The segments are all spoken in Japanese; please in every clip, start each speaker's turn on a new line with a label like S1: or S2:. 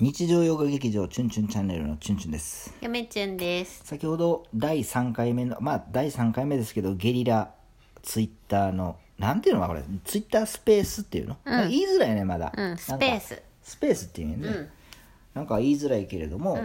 S1: 日常洋画劇場チュンチュンチャンネルのチュンチュンです
S2: やめちゅんです。
S1: 先ほど第3回目のまあ第3回目ですけどゲリラツイッターのなんていうのかなこれツイッタースペースっていうの、なんか言いづらいねまだ、
S2: うん
S1: なんか
S2: スペース
S1: スペースっていうね、なんか言いづらいけれども、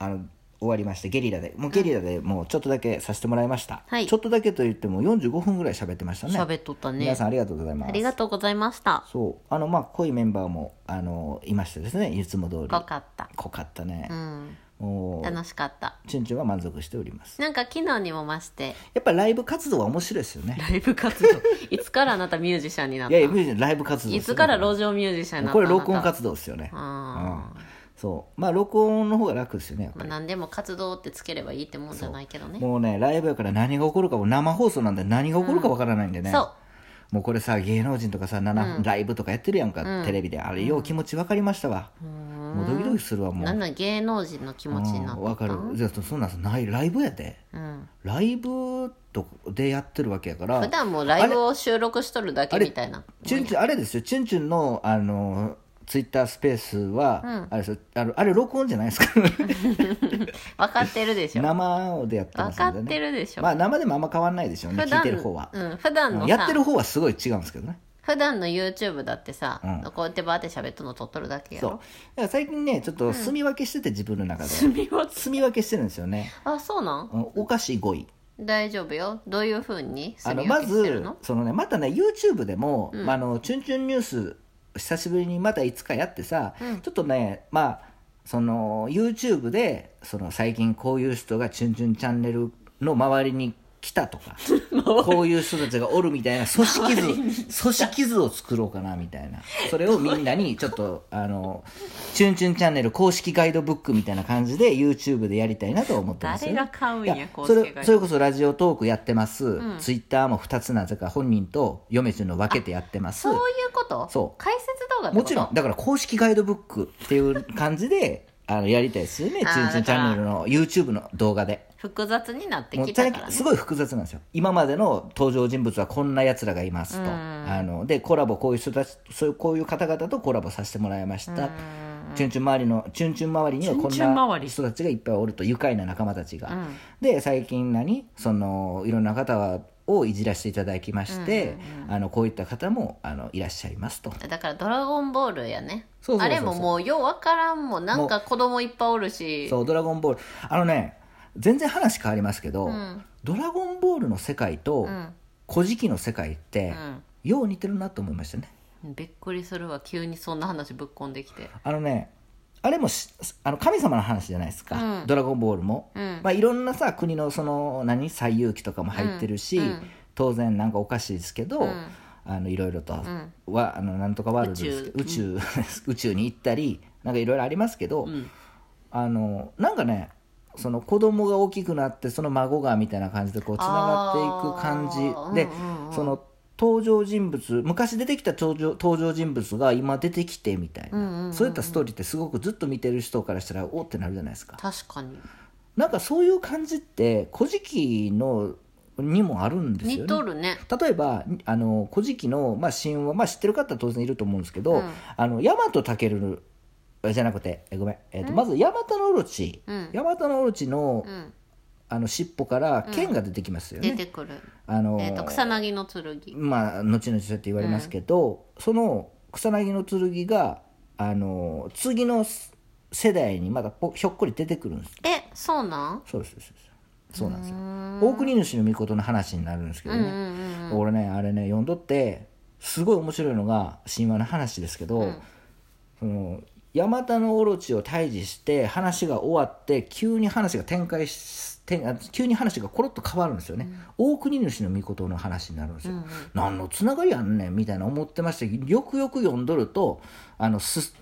S1: あの終わりましたゲリラでもうゲリラでもうちょっとだけさせてもらいました、
S2: はい
S1: ちょっとだけと言っても45分ぐらい喋ってましたね
S2: 喋っとったね
S1: 皆さんありがとうございます
S2: ありがとうございました。
S1: そうあのまあ濃いメンバーもあのいましてですねいつも通り
S2: 濃かった。
S1: 濃かったね
S2: う、ん。
S1: もう
S2: 楽しかった。
S1: チュンチュンは満足しております
S2: なんか昨日にも増して、
S1: やっぱライブ活動は面白いですよね
S2: ライブ活動。 いつからあなたミュージシャンになっ
S1: い
S2: た
S1: やいや
S2: の
S1: ミュージシャンライブ活動
S2: いつから
S1: 録
S2: 路上ミュージシャンになった
S1: こ
S2: の
S1: れ録音
S2: あなた
S1: 活動ですよねうん
S2: あ
S1: そうまあ録音の方が楽ですよねやっ
S2: ー
S1: ぱ
S2: まあ、
S1: り、
S2: 何でも活動ってつければいいってもんじゃないけどね。
S1: もうねライブやから何が起こるかも生放送なんで何が起こるかわからないんでね、
S2: そう
S1: もうこれさ芸能人とかさ、ななライブとかやってるやんか、テレビであれよう気持ち分かりましたわ、もうドキドキするわもう
S2: なんなん芸能人の気持ちにな
S1: う
S2: っ
S1: ん
S2: た。
S1: わかるじゃあそんなんさないライブやで
S2: うん。
S1: ライブとでやってるわけやから
S2: 普段もうライブを収録しとるだけみたいな。
S1: チュンチュンあれですよチュンチュンのあのツイッタースペースは、あれですよあのあれ録音じゃないです か
S2: 分かってるでしょ。
S1: 生でやってま
S2: 分
S1: す
S2: か
S1: んで
S2: っ
S1: ね
S2: てるでしょ。
S1: まあ生でもあんま変わんないでしょうね
S2: 普
S1: 聞い
S2: 段、
S1: てる方は、
S2: うん、普段のさ、
S1: やってる方はすごい違うんですけどね
S2: 普段の YouTube だってさ、
S1: うん
S2: こうやってバーって喋っとんの撮っとるだけや
S1: そうだ
S2: ろ
S1: から最近ねちょっと住み分けしてて自分の中で、
S2: みま
S1: 住み分けしてるんですよね
S2: あそうなん
S1: うんお菓子5位
S2: 大丈夫よどういうふうに
S1: あ
S2: 住
S1: の
S2: み
S1: ま
S2: 分けしてる
S1: ず
S2: の
S1: そのねまたね YouTube でも、まあ、あのチュンチュンニュース久しぶりにまたいつかやってさ、ちょっとねまあその YouTube でその最近こういう人がチュンチュンチャンネルの周りに来たと かこういう人たちがおるみたいな組織図組織図を作ろうかなみたいなそれをみんなにちょっ とあの「チュンチュンチャンネル」公式ガイドブックみたいな感じで YouTube でやりたいなと思ってますよ
S2: 誰が買うん
S1: い
S2: や
S1: や
S2: こう
S1: そ
S2: して
S1: れ
S2: が
S1: それこそラジオトークやってます、ツイッターも2つなぜか本人と嫁ちゃんの分けてやってます
S2: そういうこと
S1: そう
S2: 解説動画って
S1: も
S2: こと
S1: ちろんだから公式ガイドブックっていう感じであのやりたいですよね「
S2: あー
S1: ちゅんちゅんチャンネル」の YouTube の動画で。
S2: 複雑になって
S1: もう
S2: きた
S1: 最
S2: から、
S1: 近
S2: ね、
S1: すごい複雑なんですよ今までの登場人物はこんなやつらがいますと、あのでコラボこういう人たちそういうこういう方々とコラボさせてもらいましたチュンチュン周りのチュンチュン周りにはこ
S2: チュンチュン周
S1: んな
S2: り
S1: 人たちがいっぱいおると愉快な仲間たちが、で最近何そのいろんな方をいじらせていただきまして、あのこういった方もあのいらっしゃいますと
S2: だから「ドラゴンボール」やね
S1: そうそうそうそう
S2: あれももうようわからんもんなんか子供いっぱいおるし
S1: そう「ドラゴンボール」あのね全然話変わりますけど「ドラゴンボール」の世界と
S2: ん
S1: 「古事記」の世界って、よう似てるなと思いましたね
S2: うん、びっくりするわ急にそんな話ぶっこんできて
S1: あのねあれもしあの神様の話じゃないですか「
S2: うん
S1: ドラゴンボールも」
S2: うん
S1: まあ、いろんなさ国のその何西遊記とかも入ってるし、
S2: うんうん
S1: 当然なんかおかしいですけど、
S2: ん
S1: あのいろいろと、はあのなんとかワールドですけど宇宙宇宙 に行ったりなんかいろいろありますけど、
S2: ん
S1: あのなんかねその子供が大きくなってその孫がみたいな感じでこうつながっていく
S2: あ
S1: 感
S2: ー
S1: じで、
S2: うんうんうん
S1: その登場人物昔出てきた登場登場人物が今出てきてみたいな、そういったストーリーってすごくずっと見てる人からしたらおーってなるじゃないですか
S2: 確かに
S1: なんかそういう感じって「古事記の」にもあるんですよ
S2: 似
S1: ね
S2: と。るね
S1: 例えばにあの「古事記の」まあ、神話、まあ、知ってる方は当然いると思うんですけど、
S2: うん
S1: あの大和武尊じゃなくてえごめん、えー、とまず大和のオロチ、
S2: うん
S1: 大和のオロチの,、
S2: うん
S1: あの尻尾から剣が出てきますよね。
S2: 出てくる、
S1: あの
S2: えっと草薙の剣
S1: まあ後々そうやって言われますけど、その草薙の剣があの次の世代にまだぽひょっこり出てくるんです
S2: えそうなん
S1: そうですそうですそうなんですよ大国主の御事の話になるんですけどね、
S2: うんうんうん
S1: 俺ねあれね読んどってすごい面白いのが神話の話ですけど、そのヤマタノオロチを退治して話が終わって急に話が展開し展あ急に話がコロッと変わるんですよね、大国主の御事の話になるんですよ、何のつながりあんねんみたいな思ってましたけどよくよく読んどるとあのす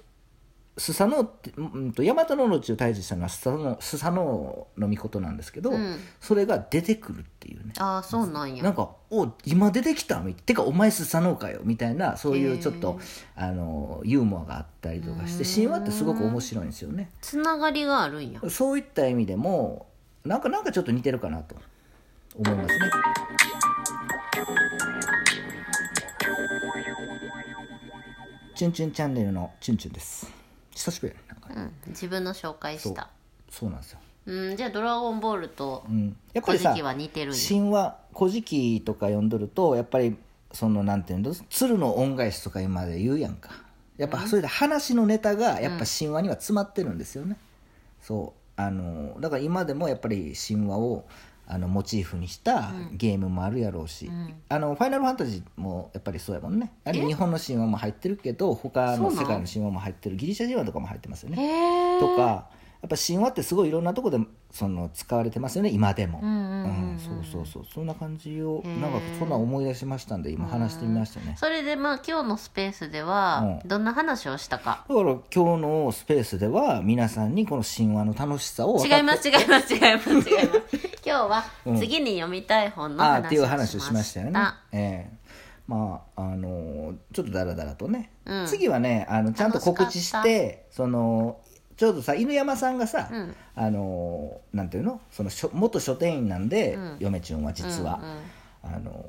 S1: スサノオって、うんと、ヤマタノオロチを退治したのはスサノオスサノオの御事なんですけど、
S2: ん
S1: それが出てくるっていうね
S2: ああそうなんや
S1: なんか「お今出てきた」みたいな「てかお前スサノオかよ」みたいなそういうちょっとあのユーモアがあったりとかして神話ってすごく面白いんですよね
S2: つながりがあるんや
S1: そういった意味でもなんかなんかちょっと似てるかなと思いますね「チュンチュンチャンネル」のチュンチュンです久しぶりやねなんか
S2: うん、自分の紹介した
S1: そうなんですよ、
S2: うんじゃあ「ドラゴンボール」と
S1: うん、や
S2: 「
S1: っぱ
S2: 古
S1: り
S2: 事
S1: さ
S2: 記」は似てるんや
S1: 神話「古事記」とか読んどるとやっぱりそのなんていうの鶴の恩返しとか今まで言うやんかやっぱそれで話のネタがやっぱ神話には詰まってるんですよね、そうあのだから今でもやっぱり神話をあのモチーフにしたゲームもあるやろうし、あのファイナルファンタジーもやっぱりそうやもんねあれ日本の神話も入ってるけど他の世界の神話も入ってるギリシャ神話とかも入ってますよね
S2: へえ
S1: とかやっぱ神話ってすごいいろんなとこでその使われてますよね今でも、
S2: うんうんうんうん
S1: うんそうそうそうそんな感じを
S2: へー
S1: なんかそんなん思い出しましたんで今話してみましたね
S2: それでまあ今日のスペースでは
S1: うん
S2: どんな話をしたか
S1: だから今日のスペースでは皆さんにこの神話の楽しさを分かって
S2: 違います違います違います違います今日は次に読みたい本の
S1: あ
S2: 話
S1: あ
S2: をし
S1: っていう話
S2: ました
S1: をしましたよねええまああのちょっとダラダラとね、
S2: うん
S1: 次はねあのちゃんと告知し
S2: 楽
S1: てそのちょうどさ犬山さんがさ、
S2: うん
S1: あのなんていうのその書元書店員なんで、
S2: うん
S1: 嫁ちゅんは実は、
S2: うんうん
S1: あの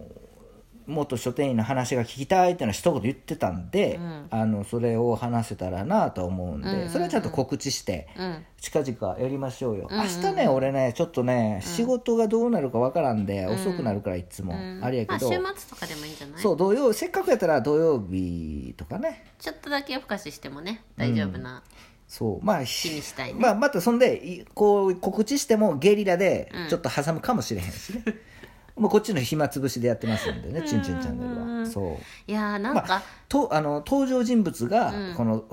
S1: 元書店員の話が聞きたいっていうのは一言言ってたんで、
S2: うん
S1: あのそれを話せたらなとは思うんで、
S2: うんうんうん
S1: それはちゃんと告知して
S2: うん
S1: 近々やりましょうよ、
S2: うんうん
S1: 明日ね俺ねちょっとね、仕事がどうなるかわからんで、
S2: ん
S1: 遅くなるからいつも、
S2: うん
S1: あれやけど、
S2: まあ、週末とかでもいいんじゃない
S1: そう土曜せっかくやったら土曜日とかね
S2: ちょっとだけ夜更かししてもね大丈夫な、
S1: そうまあ
S2: 日にしたいね
S1: まあ、またそんでいこう告知してもゲリラで
S2: うん
S1: ちょっと挟むかもしれへんしね、 もうこっちの暇つぶしでやってますんでね「ちゅんちゅんチャンネ
S2: うんうん
S1: ル
S2: う
S1: は」
S2: ん
S1: そう。
S2: いやーなん
S1: まあ
S2: か、、
S1: とあの登場人物が
S2: うん
S1: この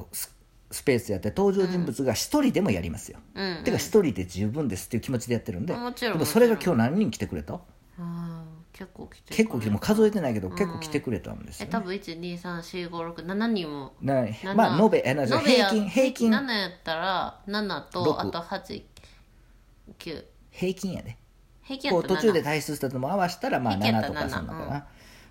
S1: ス,、ペースやって登場人物が一人でもやりますよ、
S2: うんうん
S1: てか一人で十分ですっていう気持ちでやってるんで
S2: もちろん
S1: でもそれが
S2: もち
S1: 今日何人来てくれた
S2: あー結構来てる
S1: 結構もう数えてないけど
S2: ん
S1: 結構来てくれたんです
S2: え
S1: よ、
S2: 多分1 2 3 4 5 6 7人も
S1: ね
S2: 7
S1: まあ延べえなじゃあ
S2: 延べや
S1: 平均平均
S2: 7やったら7と
S1: 六
S2: あと89
S1: 平均やで
S2: 平均
S1: こ
S2: や
S1: う
S2: った
S1: 途
S2: ら
S1: 中で
S2: 7
S1: 退出したのも合わせたらまあ
S2: いけた
S1: 7とか
S2: 7
S1: そんなかな、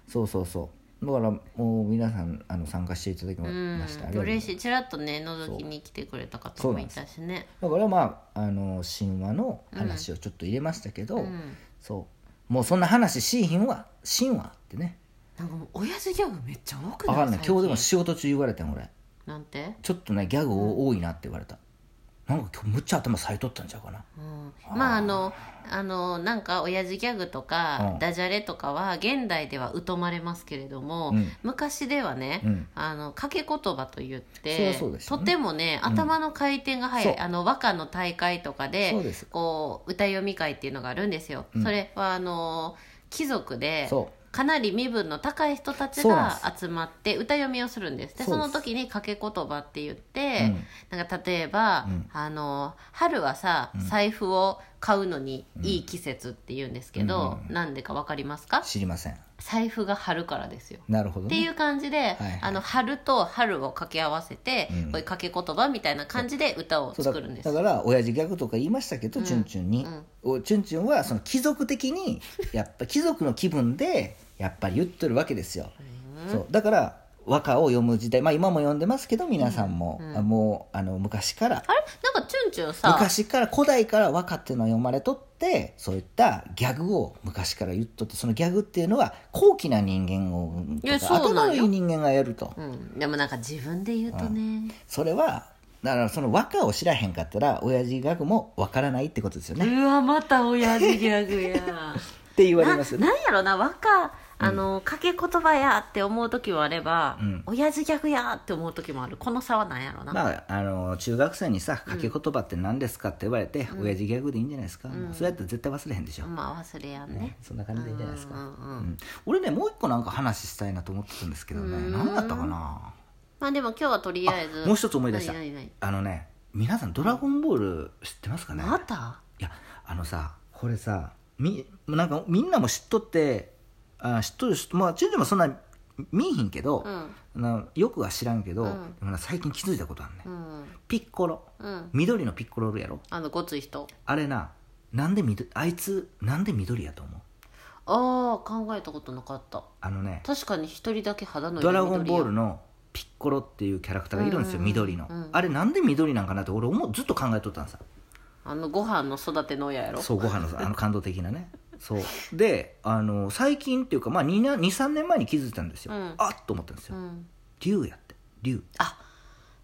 S1: そうそうそうだからもう皆さんあの参加していただきました、あり
S2: う
S1: がとうご
S2: ん
S1: ざいま
S2: 嬉
S1: す
S2: しいちらっとね覗きに来てくれた方もいたしね
S1: だからまああの神話の話をちょっと入れましたけど、
S2: うん
S1: そうもうそんな話しいひんわ神話ってね
S2: なんかもう親父ギャグめっちゃ多
S1: 分
S2: くない
S1: かんない
S2: 最近
S1: 今日でも仕事中言われてん俺
S2: なんて
S1: ちょっとねギャグ多いなって言われた、なんか今日むっちゃ頭さえとったんちゃうかな
S2: うんまああのあのなんか親父ギャグとか、
S1: うん
S2: ダジャレとかは現代では疎まれますけれども、
S1: うん
S2: 昔ではね、
S1: うん
S2: あの掛け言葉と言っ
S1: そり
S2: て
S1: ゃそうです
S2: と
S1: よね
S2: てもね頭の回転が速い、
S1: そう
S2: あの和歌の大会とかで
S1: そうです
S2: こう歌読み会っていうのがあるんですよ。それはあの貴族で
S1: そ
S2: かなり身分の高い人たち
S1: そうなん
S2: が集まって歌読みをするんですでそ
S1: そうです
S2: の時に掛け言葉って言って、なんか例えば、あの春はさ財布を買うのにいい季節って言うんですけど、なんでかわかりますか
S1: う知りません
S2: 財布が春からですよ
S1: なるほど、
S2: っ
S1: ね、
S2: ていう感じで、
S1: はい
S2: あの春と春を掛け合わせて、
S1: うん
S2: こういう掛け言葉みたいな感じで歌を
S1: そうだ
S2: 作るんです
S1: だから親父ギャグとか言いましたけど、チュンチュンに、おチュンチュンはその貴族的にやっぱ貴族の気分でやっぱり言ってるわけですよ、そうだから和歌を読む時代まあ今も読んでますけど皆さんも、あもうあの昔から
S2: あれなんかチュンチュンさ
S1: 昔から古代から和歌っていうのは読まれとってそういったギャグを昔から言っとってそのギャグっていうのは高貴な人間を
S2: いや
S1: とか
S2: そう
S1: 頭
S2: なんよ
S1: のいい人間がやると、
S2: うん、でもなんか自分で言うとね、
S1: それはだからその和歌を知らへんかったら親父ギャグもわからないってことですよ
S2: う
S1: ね、
S2: わまた親父ギャグや
S1: って言われ
S2: な
S1: ますよね
S2: なんやろな和歌あの掛け言葉やって思う時もあれば、親父ギャグやって思う時もあるこの差はなんやろな、
S1: まあ、あの中学生にさ掛け言葉って何ですかって言われて、親父ギャグでいいんじゃないですか、それやったら絶対忘れへんでしょ、
S2: まあ忘れやんね、
S1: そんな感じでいいんじゃないですか、
S2: うんうんうん
S1: うん俺ねもう一個なんか話したいなと思ってたんですけどね、何だったかな
S2: まあでも今日はとりあえず
S1: もう一つ思い出した
S2: 何何
S1: あのね皆さん「ドラゴンボール」知ってますかね
S2: 何また
S1: いやあのさこれさみなんかみんなも知っとってあ知っとる人まあチュンチュンもそんな見えひんけど、なよくは知らんけど、
S2: ん
S1: でもな最近気づいたことあるね、
S2: うん
S1: ピッコロ
S2: うん
S1: 緑のピッコロおるやろ
S2: あのごつい人
S1: あれななんで緑あいつなんで緑やと思う
S2: ああ考えたことなかった
S1: あのね
S2: 確かに一人だけ肌
S1: 「
S2: の
S1: ドラゴンボール」
S2: の
S1: のピッコロっていうキャラクターがいるんですよ、緑の、あれなんで緑なんかなって俺思うずっと考えとったんさ
S2: あのご飯の育ての親やろ
S1: そうご飯のあの感動的なねそうであの最近っていうか、まあ、23年前に気づいたんですよ、
S2: うん
S1: あっと思ったんですよ
S2: うん
S1: 竜やって竜
S2: あ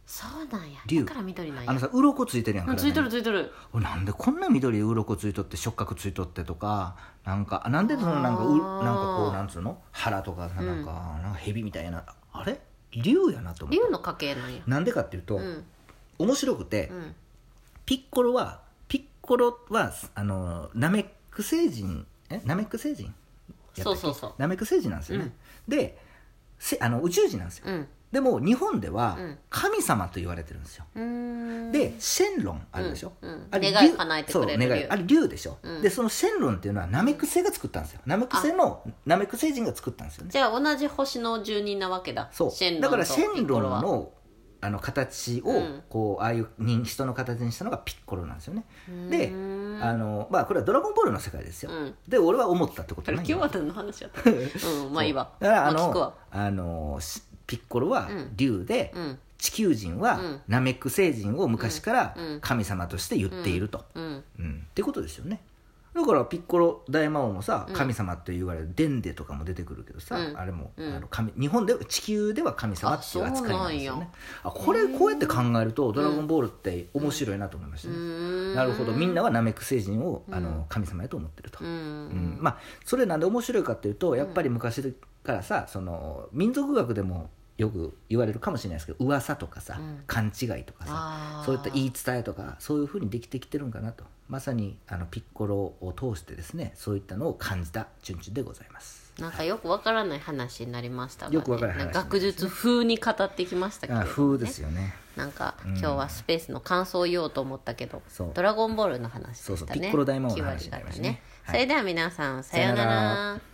S2: そうなんや
S1: 竜
S2: だから緑なんや
S1: あのさ鱗ついてるやん
S2: う
S1: か
S2: んついとるついとる
S1: 俺なんでこんな緑で鱗ついとって触覚ついとってとかなんかあなんでそのなんかう
S2: あー
S1: なんかこうなんつうの腹とかなんか、なんか蛇みたいなあれ竜やなと思っ
S2: 竜
S1: て
S2: の家系なんや
S1: なんでかっていうと、
S2: うん
S1: 面白くて、
S2: うん
S1: ピッコロはピッコロはあのナメック星人えナメック星人やったっけ
S2: そうそうそう
S1: ナメック星人なんですよね、でせあの宇宙人なんですよ、
S2: うん
S1: でも日本では
S2: うん
S1: 神様と言われてるんですよ、
S2: うーん
S1: でシェンロンあるでしょ、
S2: うんうん
S1: あれ
S2: 願い
S1: 竜
S2: 叶えてくれる
S1: そう願い
S2: 竜
S1: あれ竜でしょ、
S2: うん
S1: でそのシェンロンっていうのはナメック星が作ったんですよナメック星のナメック星人が作ったんですよね
S2: じゃあ同じ星の住人なわけだ
S1: そう
S2: シェンロン
S1: だ
S2: と
S1: からシェンロン
S2: ピッコは
S1: のあの形を、
S2: うん
S1: こうああいう人人の形にしたのがピッコロなんですよね
S2: う
S1: で
S2: ーん
S1: あのまあこれは「ドラゴンボール」の世界ですよ、
S2: うん
S1: で俺は思ったってこと
S2: あれ
S1: ね
S2: 清和
S1: 今
S2: 田の話やった うんまあいいわ
S1: だからあ
S2: まあ聞く
S1: の
S2: わ、
S1: あのしピッコロは
S2: うん
S1: 竜で、
S2: うん
S1: 地球人は
S2: うん
S1: ナメック星人を昔から
S2: うんうん
S1: 神様として言っていると、
S2: うん
S1: うん、ってことですよねだからピッコロ大魔王もさ
S2: うん
S1: 神様と言われるデンデとかも出てくるけどさ、
S2: うん
S1: あれも、
S2: うん
S1: あの神日本では地球では神様っていう扱いなんですよねあこれこうやって考えると「ドラゴンボール」って面白いなと思いました
S2: う
S1: ね、
S2: ーん
S1: なるほどみんなはナメック星人を、あ
S2: う
S1: の神様やと思ってると、う
S2: う
S1: ん
S2: ん
S1: まあそれなんで面白いかっていうとやっぱり昔からさその民族学でもよく言われるかもしれないですけど噂とかさ、
S2: うん
S1: 勘違いとかさ
S2: あー
S1: そういった言い伝えとかそういうふうにできてきてるんかなとまさにあのピッコロを通してですねそういったのを感じたチュンチュンでございます
S2: なんかよくわからない話になりましたがね
S1: よくわからない話
S2: んか学術風に語ってきましたけど、
S1: あ
S2: ね、
S1: 風ですよね
S2: なんか今日はスペースの感想を言おうと思ったけど
S1: そう
S2: 「ドラゴンボール」の話でしたね
S1: そうそうピッコロ大魔王の話
S2: 9
S1: になりました
S2: 割から
S1: ね
S2: ね
S1: はい
S2: それでは皆さんさような
S1: さような
S2: ら